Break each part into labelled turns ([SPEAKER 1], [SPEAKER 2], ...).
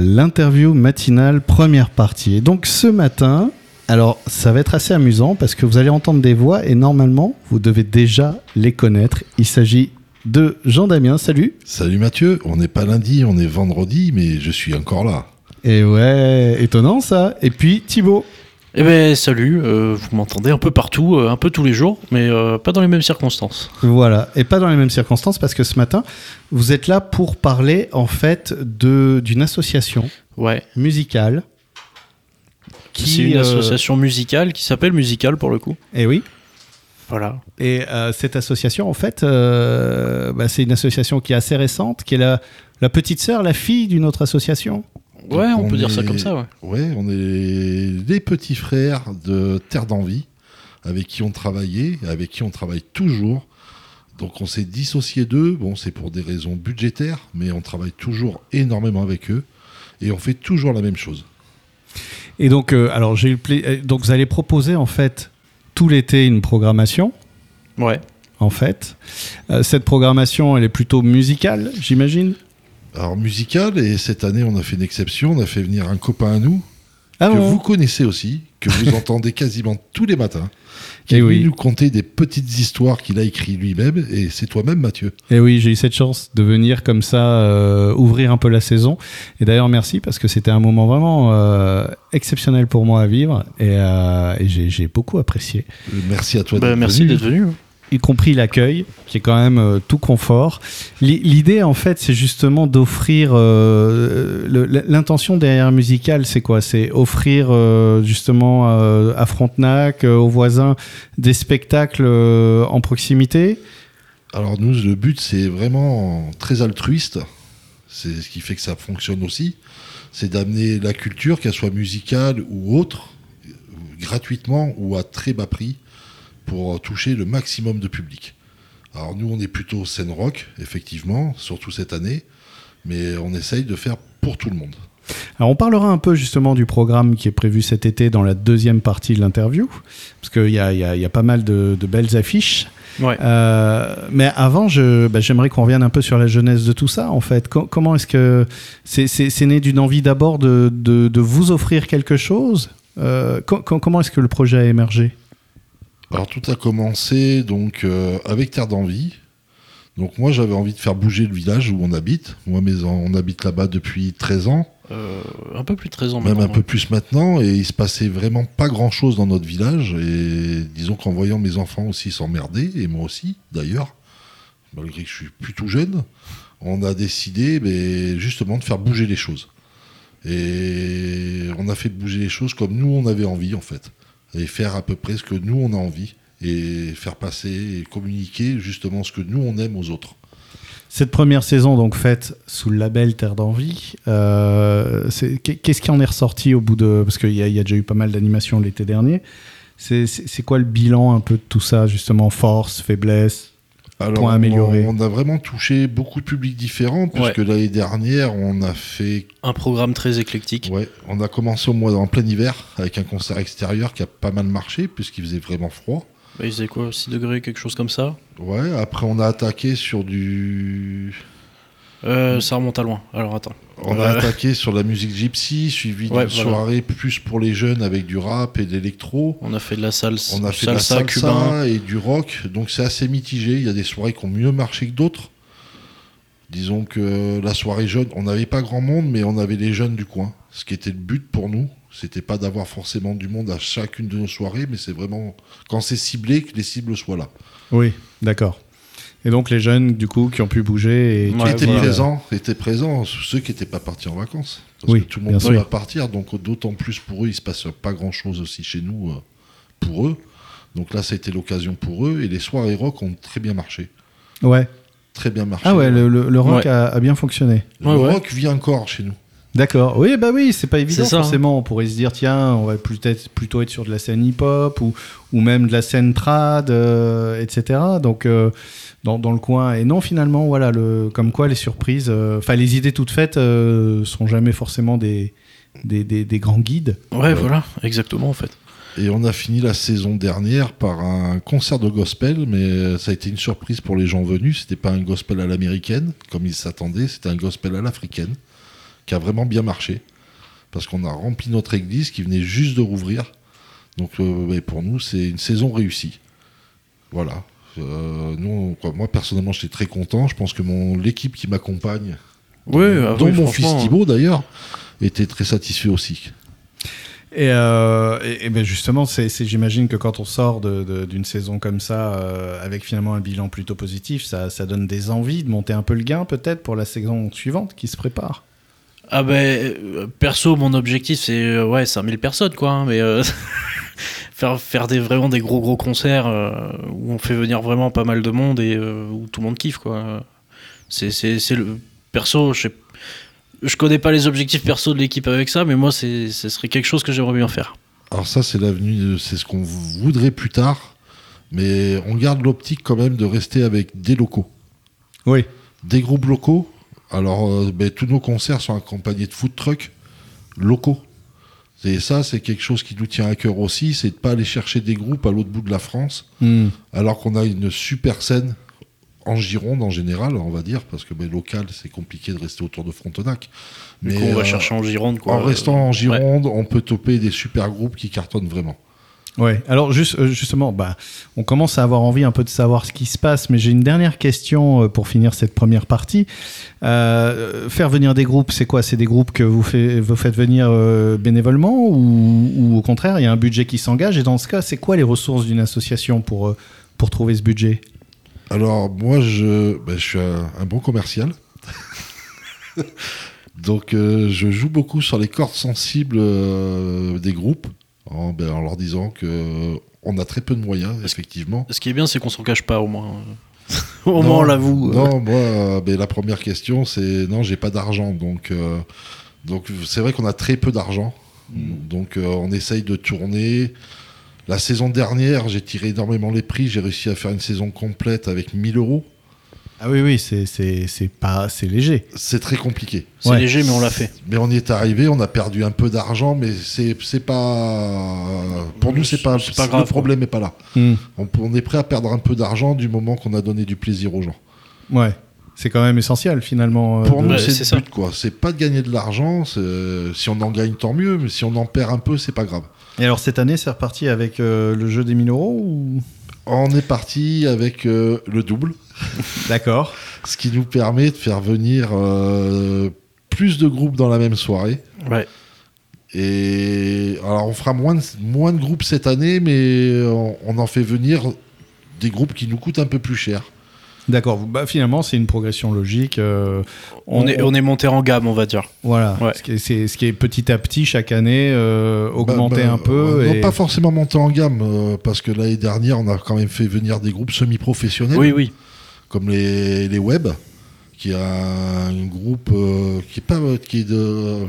[SPEAKER 1] l'interview matinale, première partie. Et donc ce matin, alors ça va être assez amusant parce que vous allez entendre des voix et normalement vous devez déjà les connaître. Il s'agit de Jean Damien, salut.
[SPEAKER 2] Salut Mathieu, on n'est pas lundi, on est vendredi, mais je suis encore là.
[SPEAKER 1] Et ouais, étonnant ça. Et puis Thibaut.
[SPEAKER 3] Eh ben salut, euh, vous m'entendez un peu partout, euh, un peu tous les jours, mais euh, pas dans les mêmes circonstances.
[SPEAKER 1] Voilà, et pas dans les mêmes circonstances parce que ce matin, vous êtes là pour parler en fait de d'une association
[SPEAKER 3] Ouais.
[SPEAKER 1] musicale
[SPEAKER 3] C'est une
[SPEAKER 1] euh,
[SPEAKER 3] association musicale qui s'appelle Musicale pour le coup.
[SPEAKER 1] Eh oui.
[SPEAKER 3] Voilà.
[SPEAKER 1] Et euh, cette association, en fait, euh, bah, c'est une association qui est assez récente, qui est la, la petite sœur, la fille d'une autre association.
[SPEAKER 3] Ouais,
[SPEAKER 2] Donc,
[SPEAKER 3] on, peut
[SPEAKER 2] on
[SPEAKER 3] dire ça
[SPEAKER 2] est-
[SPEAKER 3] comme ça, ouais.
[SPEAKER 2] Ouais, on est les petits frères de Terre d'Envie, avec qui on travaillait, avec qui on travaille toujours. Donc on s'est dissocié d'eux, bon c'est pour des raisons budgétaires, mais on travaille toujours énormément avec eux, et on fait toujours la même chose.
[SPEAKER 1] Et donc, euh, alors, j'ai eu le pla- euh, donc vous allez proposer, en fait, tout l'été une programmation,
[SPEAKER 3] Ouais.
[SPEAKER 1] en fait. Euh, cette programmation, elle est plutôt musicale, j'imagine.
[SPEAKER 2] Alors musical, et cette année on a fait une exception, on a fait venir un copain à nous,
[SPEAKER 1] Ah
[SPEAKER 2] que
[SPEAKER 1] bon
[SPEAKER 2] vous connaissez aussi, que vous entendez quasiment tous les matins, qui
[SPEAKER 1] Eh
[SPEAKER 2] est venu
[SPEAKER 1] oui.
[SPEAKER 2] nous conter des petites histoires qu'il a écrites lui-même, et c'est toi-même Mathieu.
[SPEAKER 1] Et Eh oui, j'ai eu cette chance de venir comme ça euh, ouvrir un peu la saison. Et d'ailleurs, merci parce que c'était un moment vraiment euh, exceptionnel pour moi à vivre et, euh, et j'ai j'ai beaucoup apprécié.
[SPEAKER 2] Euh, Merci à toi
[SPEAKER 3] Bah,
[SPEAKER 2] d'être
[SPEAKER 3] merci
[SPEAKER 2] venu.
[SPEAKER 3] d'être venu. hein.
[SPEAKER 1] y compris l'accueil, qui est quand même euh, tout confort. L'i- L'idée, en fait, c'est justement d'offrir... euh, le- L'intention derrière musical, c'est quoi C'est offrir euh, justement euh, à Frontenac, euh, aux voisins, des spectacles euh, en proximité.
[SPEAKER 2] Alors nous, le but, c'est vraiment très altruiste. C'est ce qui fait que ça fonctionne aussi. C'est d'amener la culture, qu'elle soit musicale ou autre, euh, gratuitement ou à très bas prix, pour toucher le maximum de public. Alors nous, on est plutôt scène rock, effectivement, surtout cette année, mais on essaye de faire pour tout le monde.
[SPEAKER 1] Alors on parlera un peu justement du programme qui est prévu cet été dans la deuxième partie de l'interview, parce qu'il y a, il y a- il y a pas mal de, de belles affiches.
[SPEAKER 3] hein. Ouais.
[SPEAKER 1] Euh, mais avant, je, bah, j'aimerais qu'on revienne un peu sur la jeunesse de tout ça, en fait. Co- comment est-ce que c'est, c'est- c'est né d'une envie d'abord de, de- de vous offrir quelque chose Euh, co- co- Comment est-ce que le projet a émergé
[SPEAKER 2] Alors tout a commencé donc euh, avec Terre d'envie. Donc moi j'avais envie de faire bouger le village où on habite. Moi mes en- on habite là-bas depuis 13 ans.
[SPEAKER 3] Euh, un peu plus de 13 ans
[SPEAKER 2] même
[SPEAKER 3] maintenant.
[SPEAKER 2] un peu plus maintenant, et il se passait vraiment pas grand chose dans notre village. Et disons qu'en voyant mes enfants aussi s'emmerder, et moi aussi d'ailleurs, malgré que je suis plutôt jeune, on a décidé ben, justement de faire bouger les choses. Et on a fait bouger les choses comme nous on avait envie en fait, et faire à peu près ce que nous on a envie, et faire passer et communiquer justement ce que nous on aime aux autres.
[SPEAKER 1] Cette première saison, donc faite sous le label Terre d'Envie, euh, c'est- qu'est- qu'est-ce qui en est ressorti au bout de. Parce qu'il y, a- il y a déjà eu pas mal d'animations l'été dernier. C'est- C'est c'est quoi le bilan un peu de tout ça, justement Force, faiblesse
[SPEAKER 2] Alors,
[SPEAKER 1] Point
[SPEAKER 2] on a-
[SPEAKER 1] amélioré.
[SPEAKER 2] On a vraiment touché beaucoup de publics différents, puisque l'année dernière, on a fait
[SPEAKER 3] hein. Un programme très éclectique.
[SPEAKER 2] Ouais, on a commencé au mois en plein hiver avec un concert extérieur qui a pas mal marché puisqu'il faisait vraiment froid.
[SPEAKER 3] Bah, il faisait quoi 6 degrés, quelque chose comme ça
[SPEAKER 2] Ouais, après on a attaqué sur du
[SPEAKER 3] Euh, Ça remonte à loin. Alors attends.
[SPEAKER 2] on a
[SPEAKER 3] Euh.
[SPEAKER 2] attaqué sur la musique gypsy, suivi
[SPEAKER 3] Ouais,
[SPEAKER 2] d'une
[SPEAKER 3] voilà.
[SPEAKER 2] soirée plus pour les jeunes avec du rap et de l'électro.
[SPEAKER 3] On a fait de la salsa,
[SPEAKER 2] On a fait de la
[SPEAKER 3] salsa,
[SPEAKER 2] salsa
[SPEAKER 3] cubain.
[SPEAKER 2] et du rock, donc c'est assez mitigé. Il y a des soirées qui ont mieux marché que d'autres. Disons que la soirée jeune, on n'avait pas grand monde, mais on avait les jeunes du coin. Ce qui était le but pour nous, c'était pas d'avoir forcément du monde à chacune de nos soirées, mais c'est vraiment quand c'est ciblé que les cibles soient là.
[SPEAKER 1] Oui, d'accord. Et donc les jeunes, du coup, qui ont pu bouger et qui
[SPEAKER 3] Ouais,
[SPEAKER 2] étaient
[SPEAKER 3] voilà.
[SPEAKER 2] présents, étaient présents, ceux qui n'étaient pas partis en vacances. Parce
[SPEAKER 1] Oui,
[SPEAKER 2] que tout le
[SPEAKER 1] bien
[SPEAKER 2] monde
[SPEAKER 1] sûr.
[SPEAKER 2] va partir, donc d'autant plus pour eux, il se passe pas grand chose aussi chez nous euh, pour eux. Donc là, ça a été l'occasion pour eux, et les soirées rock ont très bien marché.
[SPEAKER 1] Ouais.
[SPEAKER 2] très bien marché.
[SPEAKER 1] Ah ouais, le, le- le rock
[SPEAKER 3] Ouais.
[SPEAKER 1] a, a bien fonctionné.
[SPEAKER 2] Le
[SPEAKER 3] Ouais, ouais.
[SPEAKER 2] rock vit encore chez nous.
[SPEAKER 1] D'accord. Oui, bah oui, c'est pas évident
[SPEAKER 3] C'est ça,
[SPEAKER 1] forcément. On pourrait se dire, tiens, on va peut-être plutôt être sur de la scène hip-hop ou, ou même de la scène trad, euh, etc. Donc, euh, dans, dans le coin. Et non, finalement, voilà, le, comme quoi les surprises, euh, enfin, les idées toutes faites euh, sont jamais forcément des, des, des- des grands guides.
[SPEAKER 3] Ouais, voilà, exactement en fait.
[SPEAKER 2] Et on a fini la saison dernière par un concert de gospel, mais ça a été une surprise pour les gens venus. C'était pas un gospel à l'américaine, comme ils s'attendaient, c'était un gospel à l'africaine, qui a vraiment bien marché. Parce qu'on a rempli notre église qui venait juste de rouvrir. Donc euh, mais pour nous, c'est une saison réussie. Voilà. Euh, nous, on- quoi, moi, personnellement, j'étais très content. Je pense que mon l'équipe qui m'accompagne,
[SPEAKER 3] Oui, ah
[SPEAKER 2] dont
[SPEAKER 3] oui,
[SPEAKER 2] mon fils
[SPEAKER 3] franchement,
[SPEAKER 2] Thibaut d'ailleurs, était très satisfait aussi.
[SPEAKER 1] Et, euh, et- et ben justement, c'est, c'est- j'imagine que quand on sort de- de- d'une saison comme ça, euh, avec finalement un bilan plutôt positif, ça, ça donne des envies de monter un peu le gain peut-être pour la saison suivante qui se prépare.
[SPEAKER 3] Ah ben, euh, perso, mon objectif, c'est euh, ouais, 5000 personnes, quoi. hein, mais euh, faire, faire des, vraiment des gros, gros concerts euh, où on fait venir vraiment pas mal de monde et euh, où tout le monde kiffe, quoi. C'est, c'est, c'est le... Perso, je sais- Je connais pas les objectifs perso de l'équipe avec ça, mais moi, c'est, ce serait quelque chose que j'aimerais bien faire.
[SPEAKER 2] Alors ça, c'est l'avenue, de- c'est ce qu'on voudrait plus tard. Mais on garde l'optique quand même de rester avec des locaux.
[SPEAKER 1] Oui.
[SPEAKER 2] des groupes locaux. Alors, euh, ben, tous nos concerts sont accompagnés de food trucks locaux. Et ça, c'est quelque chose qui nous tient à cœur aussi, c'est de pas aller chercher des groupes à l'autre bout de la France,
[SPEAKER 1] Hmm.
[SPEAKER 2] alors qu'on a une super scène en Gironde en général, on va dire, parce que ben, local, c'est compliqué de rester autour de Frontenac.
[SPEAKER 3] Du coup, on va
[SPEAKER 2] euh,
[SPEAKER 3] chercher en Gironde, quoi.
[SPEAKER 2] en restant en Gironde, on peut toper des super groupes qui cartonnent vraiment.
[SPEAKER 1] Ouais. Alors juste, euh, justement, bah, on commence à avoir envie un peu de savoir ce qui se passe, mais j'ai une dernière question euh, pour finir cette première partie. Euh, faire venir des groupes, c'est quoi C'est des groupes que vous, fait- vous faites venir euh, bénévolement ou, ou au contraire, il y a un budget qui s'engage Et dans ce cas, c'est quoi les ressources d'une association pour, euh, pour trouver ce budget
[SPEAKER 2] Alors, moi, je, ben, je suis un, un bon commercial. Donc, euh, je joue beaucoup sur les cordes sensibles euh, des groupes en, ben, en leur disant que euh, on a très peu de moyens, effectivement.
[SPEAKER 3] Ce qui est bien, c'est qu'on s'en cache pas, au moins. au moins,
[SPEAKER 2] Non,
[SPEAKER 3] on l'avoue.
[SPEAKER 2] Non, moi, euh, ben, la première question, c'est non, j'ai pas d'argent. Donc, euh, donc c'est vrai qu'on a très peu d'argent.
[SPEAKER 3] Hmm.
[SPEAKER 2] Donc, euh, on essaye de tourner. La saison dernière, j'ai tiré énormément les prix. J'ai réussi à faire une saison complète avec 1000 euros.
[SPEAKER 1] Ah oui, oui, c'est- c'est c'est pas c'est léger.
[SPEAKER 2] C'est très compliqué.
[SPEAKER 3] C'est
[SPEAKER 1] Ouais.
[SPEAKER 3] léger, mais on l'a fait.
[SPEAKER 2] Mais on y est arrivé, on a perdu un peu d'argent, mais c'est c'est pas. Pour nous, c'est pas,
[SPEAKER 3] C'est pas
[SPEAKER 2] c'est-
[SPEAKER 3] grave,
[SPEAKER 2] Le problème n'est pas là.
[SPEAKER 1] Hmm.
[SPEAKER 2] On, peut- on est prêt à perdre un peu d'argent du moment qu'on a donné du plaisir aux gens.
[SPEAKER 1] Ouais. C'est quand même essentiel finalement. euh,
[SPEAKER 2] Pour
[SPEAKER 1] de-
[SPEAKER 2] nous,
[SPEAKER 3] ouais, bah,
[SPEAKER 2] c'est
[SPEAKER 3] c'est
[SPEAKER 2] le
[SPEAKER 3] ça.
[SPEAKER 2] but, quoi. C'est pas de gagner de l'argent. c'est- Si on en gagne, tant mieux. Mais si on en perd un peu, c'est pas grave.
[SPEAKER 1] Et alors cette année, c'est reparti avec euh, le jeu des 1000 euros ou...
[SPEAKER 2] On est parti avec euh, le double,
[SPEAKER 1] D'accord.
[SPEAKER 2] ce qui nous permet de faire venir euh, plus de groupes dans la même soirée.
[SPEAKER 3] Ouais.
[SPEAKER 2] Et alors, on fera moins de, moins de groupes cette année, mais on, on en fait venir des groupes qui nous coûtent un peu plus cher.
[SPEAKER 1] D'accord. Bah, finalement, c'est une progression logique. euh,
[SPEAKER 3] On, est, on est monté en gamme, on va dire.
[SPEAKER 1] Voilà.
[SPEAKER 3] Ouais.
[SPEAKER 1] Ce, qui est, c'est- ce qui est petit à petit chaque année euh, augmenter
[SPEAKER 2] Bah, bah,
[SPEAKER 1] un peu.
[SPEAKER 2] euh, non,
[SPEAKER 1] et-
[SPEAKER 2] pas forcément monter en gamme, euh, parce que l'année dernière, on a quand même fait venir des groupes semi-professionnels,
[SPEAKER 3] Oui, oui.
[SPEAKER 2] comme les, les Web, qui est un, un groupe euh, qui est pas. euh, qui est de. euh,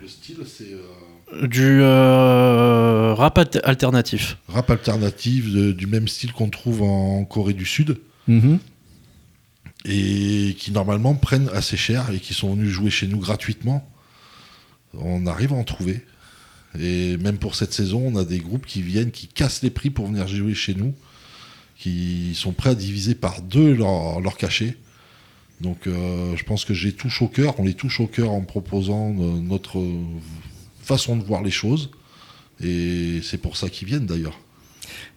[SPEAKER 2] le style, c'est. euh,
[SPEAKER 3] Du euh, rap at- alternatif.
[SPEAKER 2] Rap alternatif de- du même style qu'on trouve en Corée du Sud.
[SPEAKER 1] Mhm.
[SPEAKER 2] et qui normalement prennent assez cher et qui sont venus jouer chez nous gratuitement, on arrive à en trouver. Et même pour cette saison, on a des groupes qui viennent, qui cassent les prix pour venir jouer chez nous, qui sont prêts à diviser par deux leur, leur cachet. Donc euh, je pense que j'ai touche au cœur, on les touche au cœur en proposant euh, notre euh, façon de voir les choses. Et c'est pour ça qu'ils viennent d'ailleurs.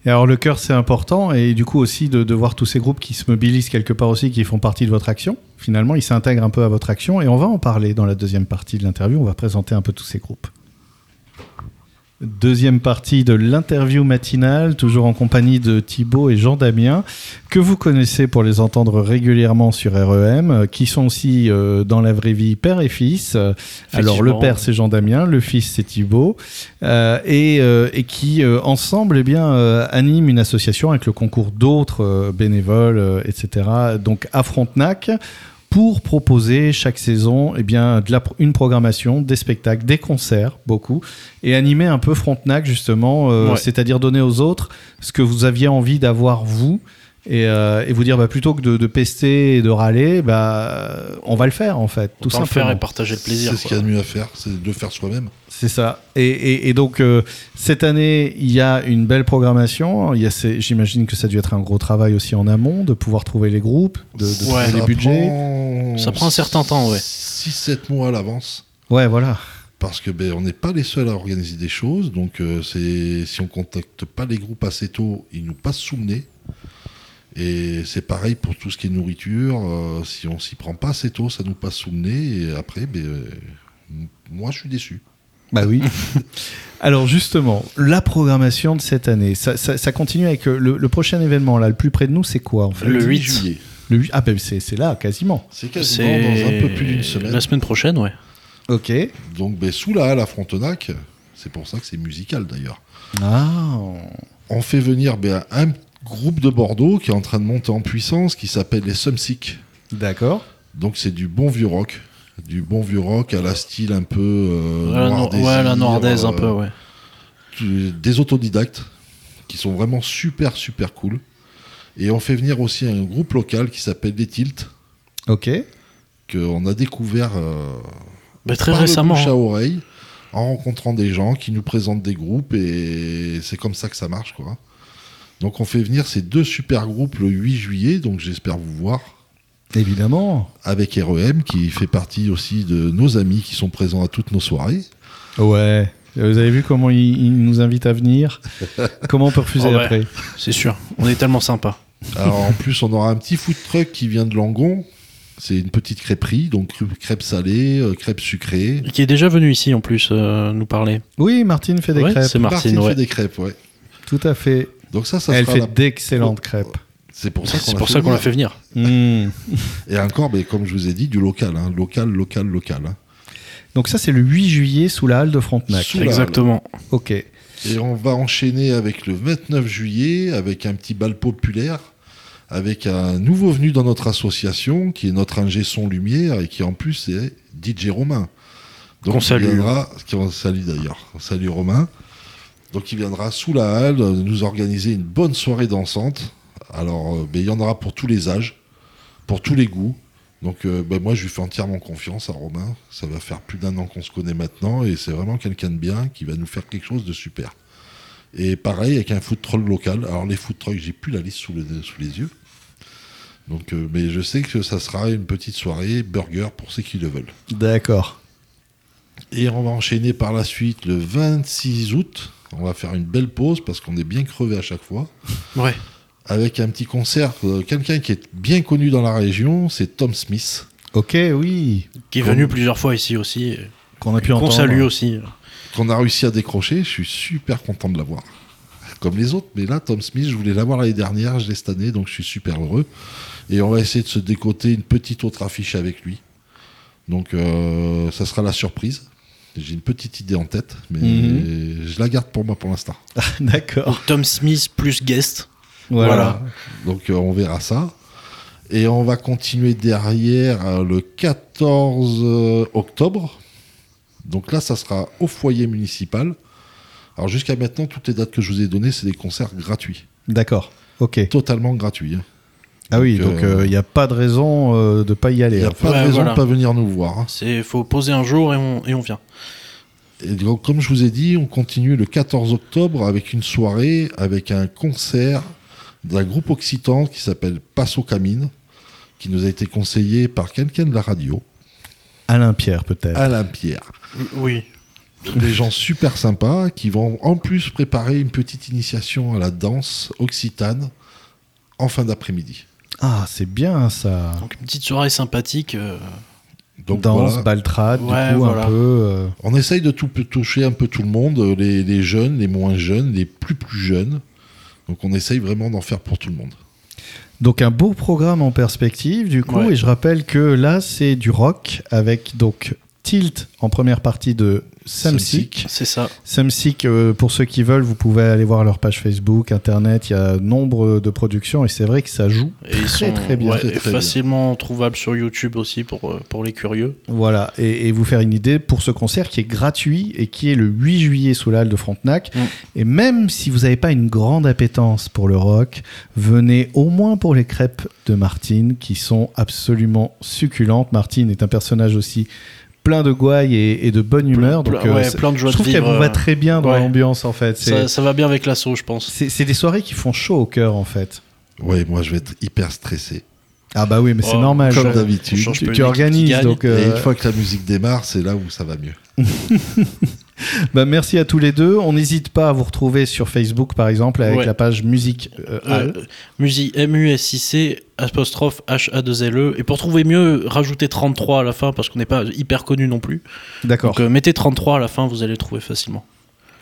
[SPEAKER 1] Et alors le cœur, c'est important et du coup aussi de, de voir tous ces groupes qui se mobilisent quelque part aussi, qui font partie de votre action. Finalement, ils s'intègrent un peu à votre action et on va en parler dans la deuxième partie de l'interview. On va présenter un peu tous ces groupes. Deuxième partie de l'interview matinale, toujours en compagnie de Thibaut et Jean Damien, que vous connaissez pour les entendre régulièrement sur REM, euh, qui sont aussi euh, dans la vraie vie père et fils. Euh, Alors le
[SPEAKER 3] Effectivement.
[SPEAKER 1] père c'est Jean Damien, le fils c'est Thibaut, euh, et, euh, et qui euh, ensemble eh bien, euh, animent une association avec le concours d'autres euh, bénévoles, euh, etc. Donc à Frontenac pour proposer chaque saison eh bien, de la, une programmation, des spectacles, des concerts, beaucoup, et animer un peu Frontenac, justement, euh,
[SPEAKER 3] Ouais.
[SPEAKER 1] c'est-à-dire donner aux autres ce que vous aviez envie d'avoir, vous, et, euh, et vous dire bah, plutôt que de, de pester et de râler, bah, on va le faire en fait, tout
[SPEAKER 3] Autant le
[SPEAKER 1] simplement.
[SPEAKER 3] faire et partager le plaisir.
[SPEAKER 2] C'est ce
[SPEAKER 3] quoi.
[SPEAKER 2] qu'il y a de mieux à faire, c'est de le faire soi-même.
[SPEAKER 1] C'est ça. Et, et- et donc, euh, cette année, il y a une belle programmation. Il y a ces- J'imagine que ça a dû être un gros travail aussi en amont, de pouvoir trouver les groupes, de, de
[SPEAKER 3] Ouais.
[SPEAKER 1] trouver les
[SPEAKER 2] Ça
[SPEAKER 1] budgets.
[SPEAKER 2] prend-
[SPEAKER 3] Ça prend un certain temps, ouais.
[SPEAKER 2] 6-7 mois à l'avance.
[SPEAKER 1] Ouais, voilà.
[SPEAKER 2] Parce que ben, on n'est pas les seuls à organiser des choses, donc euh, c'est si on contacte pas les groupes assez tôt, ils nous passent sous le nez. Et c'est pareil pour tout ce qui est nourriture, euh, si on s'y prend pas assez tôt, ça nous passe sous le nez, et après, ben, euh, m- moi je suis déçu.
[SPEAKER 1] Bah oui. Alors justement, la programmation de cette année, ça, ça- ça continue avec euh, le, le prochain événement, là, le plus près de nous, c'est quoi en fait
[SPEAKER 3] Le
[SPEAKER 2] 10
[SPEAKER 3] 8.
[SPEAKER 2] juillet,
[SPEAKER 1] Le huit- Ah ben c'est c'est là, quasiment.
[SPEAKER 2] c'est
[SPEAKER 3] C'est
[SPEAKER 2] quasiment dans un peu plus d'une semaine.
[SPEAKER 3] La semaine prochaine, ouais.
[SPEAKER 1] Ok.
[SPEAKER 2] Donc ben, sous la halle à Frontenac, c'est pour ça que c'est musical d'ailleurs.
[SPEAKER 1] Ah.
[SPEAKER 2] on fait venir ben, un groupe de Bordeaux qui est en train de monter en puissance, qui s'appelle les Sumsic.
[SPEAKER 1] D'accord.
[SPEAKER 2] Donc c'est du bon vieux rock, du bon vieux rock à la style un peu euh,
[SPEAKER 3] Ouais, la
[SPEAKER 2] Noir
[SPEAKER 3] Noir-
[SPEAKER 2] Désir,
[SPEAKER 3] ouais, la Noirdaise, un peu,
[SPEAKER 2] euh,
[SPEAKER 3] ouais.
[SPEAKER 2] tu- des autodidactes qui sont vraiment super super cool. Et on fait venir aussi un groupe local qui s'appelle les Tilt
[SPEAKER 1] Ok.
[SPEAKER 2] qu'on a découvert euh,
[SPEAKER 3] Mais très
[SPEAKER 2] par le
[SPEAKER 3] récemment.
[SPEAKER 2] bouche à
[SPEAKER 3] hein.
[SPEAKER 2] oreille en rencontrant des gens qui nous présentent des groupes et c'est comme ça que ça marche quoi. Donc on fait venir ces deux super groupes le 8 juillet, donc j'espère vous voir
[SPEAKER 1] Évidemment.
[SPEAKER 2] avec REM qui fait partie aussi de nos amis qui sont présents à toutes nos soirées.
[SPEAKER 1] Ouais. Euh, Vous avez vu comment il, il nous invite à venir Comment on peut refuser
[SPEAKER 3] Oh ouais.
[SPEAKER 1] après
[SPEAKER 3] C'est sûr. On est tellement sympa.
[SPEAKER 2] Alors en plus on aura un petit food truck qui vient de Langon. C'est une petite crêperie, donc crêpes salées, euh, crêpes sucrées.
[SPEAKER 3] Qui est déjà venu ici en plus euh, nous parler.
[SPEAKER 1] Oui, Martine fait des
[SPEAKER 3] Ouais,
[SPEAKER 1] crêpes.
[SPEAKER 3] c'est Martine,
[SPEAKER 2] Martine
[SPEAKER 3] ouais.
[SPEAKER 2] fait des crêpes, ouais.
[SPEAKER 1] Tout à fait.
[SPEAKER 2] Donc ça, ça
[SPEAKER 1] Elle
[SPEAKER 2] sera
[SPEAKER 1] fait
[SPEAKER 2] la-
[SPEAKER 1] d'excellentes crêpes.
[SPEAKER 2] C'est pour ça qu'on
[SPEAKER 3] C'est
[SPEAKER 2] l'a
[SPEAKER 3] pour
[SPEAKER 2] fait
[SPEAKER 3] ça qu'on
[SPEAKER 2] venir.
[SPEAKER 3] l'a fait venir.
[SPEAKER 1] Hmm.
[SPEAKER 2] Et encore, mais comme je vous ai dit, du local, hein. local, local, local. hein.
[SPEAKER 1] Donc ça, c'est le 8 juillet sous la halle de Frontenac.
[SPEAKER 2] Sous la-
[SPEAKER 3] Exactement.
[SPEAKER 1] Ok.
[SPEAKER 2] Et on va enchaîner avec le 29 juillet, avec un petit bal populaire, avec un nouveau venu dans notre association, qui est notre ingé son lumière, et qui en plus est DJ Romain. Donc
[SPEAKER 3] Qu'on
[SPEAKER 2] il
[SPEAKER 3] salue.
[SPEAKER 2] viendra- qu'on salue d'ailleurs. On salue Romain. Donc il viendra sous la halle euh, nous organiser une bonne soirée dansante. Alors euh, ben, il y en aura pour tous les âges, pour tous les goûts. Donc euh, ben, moi je lui fais entièrement confiance à Romain. Ça va faire plus d'un an qu'on se connaît maintenant et c'est vraiment quelqu'un de bien qui va nous faire quelque chose de super. Et pareil avec un food truck local. Alors les food trucks, j'ai plus la liste sous, le- sous les yeux. Donc euh, mais je sais que ça sera une petite soirée burger pour ceux qui le veulent.
[SPEAKER 1] D'accord.
[SPEAKER 2] Et on va enchaîner par la suite le 26 août. On va faire une belle pause parce qu'on est bien crevé à chaque fois.
[SPEAKER 3] Ouais.
[SPEAKER 2] Avec un petit concert, euh, quelqu'un qui est bien connu dans la région, c'est Tom Smith.
[SPEAKER 1] Ok, oui.
[SPEAKER 3] Qui est
[SPEAKER 2] Qu'on-
[SPEAKER 3] venu plusieurs fois ici aussi. et
[SPEAKER 1] Qu'on a pu
[SPEAKER 3] Qu'on
[SPEAKER 1] entendre.
[SPEAKER 3] salue aussi.
[SPEAKER 2] qu'on a réussi à décrocher. Je suis super content de l'avoir. Comme les autres, mais là, Tom Smith, je voulais l'avoir l'année dernière, je l'ai cette année, donc je suis super heureux. Et on va essayer de se décoter une petite autre affiche avec lui. Donc, euh, ça sera la surprise. J'ai une petite idée en tête, mais
[SPEAKER 1] Mhm.
[SPEAKER 2] je la garde pour moi pour l'instant. Ah.
[SPEAKER 1] D'accord.
[SPEAKER 3] Donc, Tom Smith plus guest.
[SPEAKER 1] Voilà.
[SPEAKER 2] Donc, euh, on verra ça. Et on va continuer derrière euh, le 14 octobre. Donc là, ça sera au foyer municipal. Alors jusqu'à maintenant, toutes les dates que je vous ai données, c'est des concerts gratuits.
[SPEAKER 1] D'accord. Ok.
[SPEAKER 2] Totalement gratuits. hein.
[SPEAKER 1] Ah oui,
[SPEAKER 2] Donc,
[SPEAKER 1] donc il
[SPEAKER 2] euh,
[SPEAKER 1] n'y a pas de raison euh, de pas y
[SPEAKER 2] Il
[SPEAKER 1] aller.
[SPEAKER 2] n'y a
[SPEAKER 1] alors.
[SPEAKER 2] pas
[SPEAKER 3] Ouais,
[SPEAKER 2] de raison
[SPEAKER 3] voilà.
[SPEAKER 2] de pas venir nous voir. hein.
[SPEAKER 3] C'est faut poser un jour et on, et on vient.
[SPEAKER 2] Et donc, comme je vous ai dit, on continue le 14 octobre avec une soirée, avec un concert d'un groupe occitan qui s'appelle Passo Camine, qui nous a été conseillé par quelqu'un de la radio,
[SPEAKER 1] Alain Pierre
[SPEAKER 3] Ah.
[SPEAKER 1] peut-être.
[SPEAKER 2] Alain Pierre.
[SPEAKER 3] Oui.
[SPEAKER 2] des gens super sympas qui vont en plus préparer une petite initiation à la danse occitane en fin d'après-midi.
[SPEAKER 1] Ah, c'est bien ça.
[SPEAKER 3] Donc une petite soirée sympathique. euh,
[SPEAKER 2] Donc
[SPEAKER 1] Danse, bah.
[SPEAKER 2] voilà,
[SPEAKER 1] baltrade,
[SPEAKER 3] Ouais,
[SPEAKER 1] du coup
[SPEAKER 3] voilà.
[SPEAKER 1] un peu. euh,
[SPEAKER 2] on essaye de tout, toucher un peu tout le monde, les, les jeunes, les moins jeunes, les plus plus jeunes. Donc on essaye vraiment d'en faire pour tout le monde.
[SPEAKER 1] Donc un beau programme en perspective du coup.
[SPEAKER 3] Ouais.
[SPEAKER 1] Et je rappelle que là c'est du rock avec donc Tilt en première partie de Samsic.
[SPEAKER 3] C'est ça.
[SPEAKER 1] Samsic, euh, pour ceux qui veulent, vous pouvez aller voir leur page Facebook, Internet, il y a nombre de productions et c'est vrai que ça joue
[SPEAKER 3] Et ils
[SPEAKER 1] Très,
[SPEAKER 3] sont
[SPEAKER 1] très bien.
[SPEAKER 3] ouais,
[SPEAKER 2] Très, très
[SPEAKER 3] facilement trouvables sur YouTube aussi pour, euh, pour les curieux.
[SPEAKER 1] Voilà, et, et vous faire une idée pour ce concert qui est gratuit et qui est le 8 juillet sous la halle de Frontenac.
[SPEAKER 3] Mm.
[SPEAKER 1] Et même si vous n'avez pas une grande appétence pour le rock, venez au moins pour les crêpes de Martine qui sont absolument succulentes. Martine est un personnage aussi plein de gouaille et, et de bonne humeur.
[SPEAKER 3] Plein-
[SPEAKER 1] donc, euh,
[SPEAKER 3] ouais,
[SPEAKER 1] c'est-
[SPEAKER 3] plein de joie
[SPEAKER 1] je
[SPEAKER 3] de
[SPEAKER 1] trouve qu'elle
[SPEAKER 3] vivre.
[SPEAKER 1] vous va
[SPEAKER 3] euh,
[SPEAKER 1] très bien dans
[SPEAKER 3] ouais.
[SPEAKER 1] l'ambiance en fait. C'est-
[SPEAKER 3] ça, ça va bien avec l'assaut, je pense.
[SPEAKER 1] C'est c'est des soirées qui font chaud au cœur en fait.
[SPEAKER 2] Ouais, moi je vais être hyper stressé.
[SPEAKER 1] Ah bah oui, mais c'est
[SPEAKER 3] Oh,
[SPEAKER 1] normal.
[SPEAKER 2] Comme
[SPEAKER 1] je-
[SPEAKER 2] d'habitude.
[SPEAKER 3] change
[SPEAKER 1] tu-
[SPEAKER 3] pas
[SPEAKER 1] tu
[SPEAKER 3] une équipe qui
[SPEAKER 1] organises
[SPEAKER 3] gagne.
[SPEAKER 1] donc.
[SPEAKER 2] Et
[SPEAKER 1] euh,
[SPEAKER 2] une fois que la musique démarre, c'est là où ça va mieux.
[SPEAKER 1] Bah, merci à tous les deux. On n'hésite pas à vous retrouver sur Facebook, par exemple, avec
[SPEAKER 3] Ouais.
[SPEAKER 1] la page Musique euh, Hall.
[SPEAKER 3] Euh, Musi, M-U-S-I-C, apostrophe H-A-2-L-E. E. Et pour trouver mieux, rajoutez 33 à la fin parce qu'on n'est pas hyper connu non plus.
[SPEAKER 1] D'accord.
[SPEAKER 3] Donc euh, mettez 33 à la fin, vous allez le trouver facilement.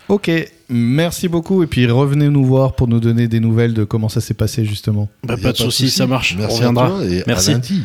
[SPEAKER 1] Ok, merci beaucoup. Et puis revenez nous voir pour nous donner des nouvelles de comment ça s'est passé, justement.
[SPEAKER 3] Bah,
[SPEAKER 2] Y a
[SPEAKER 3] pas de soucis,
[SPEAKER 2] souci.
[SPEAKER 3] ça marche.
[SPEAKER 2] Merci
[SPEAKER 3] on reviendra.
[SPEAKER 2] à toi et à
[SPEAKER 3] Merci.
[SPEAKER 2] lundi.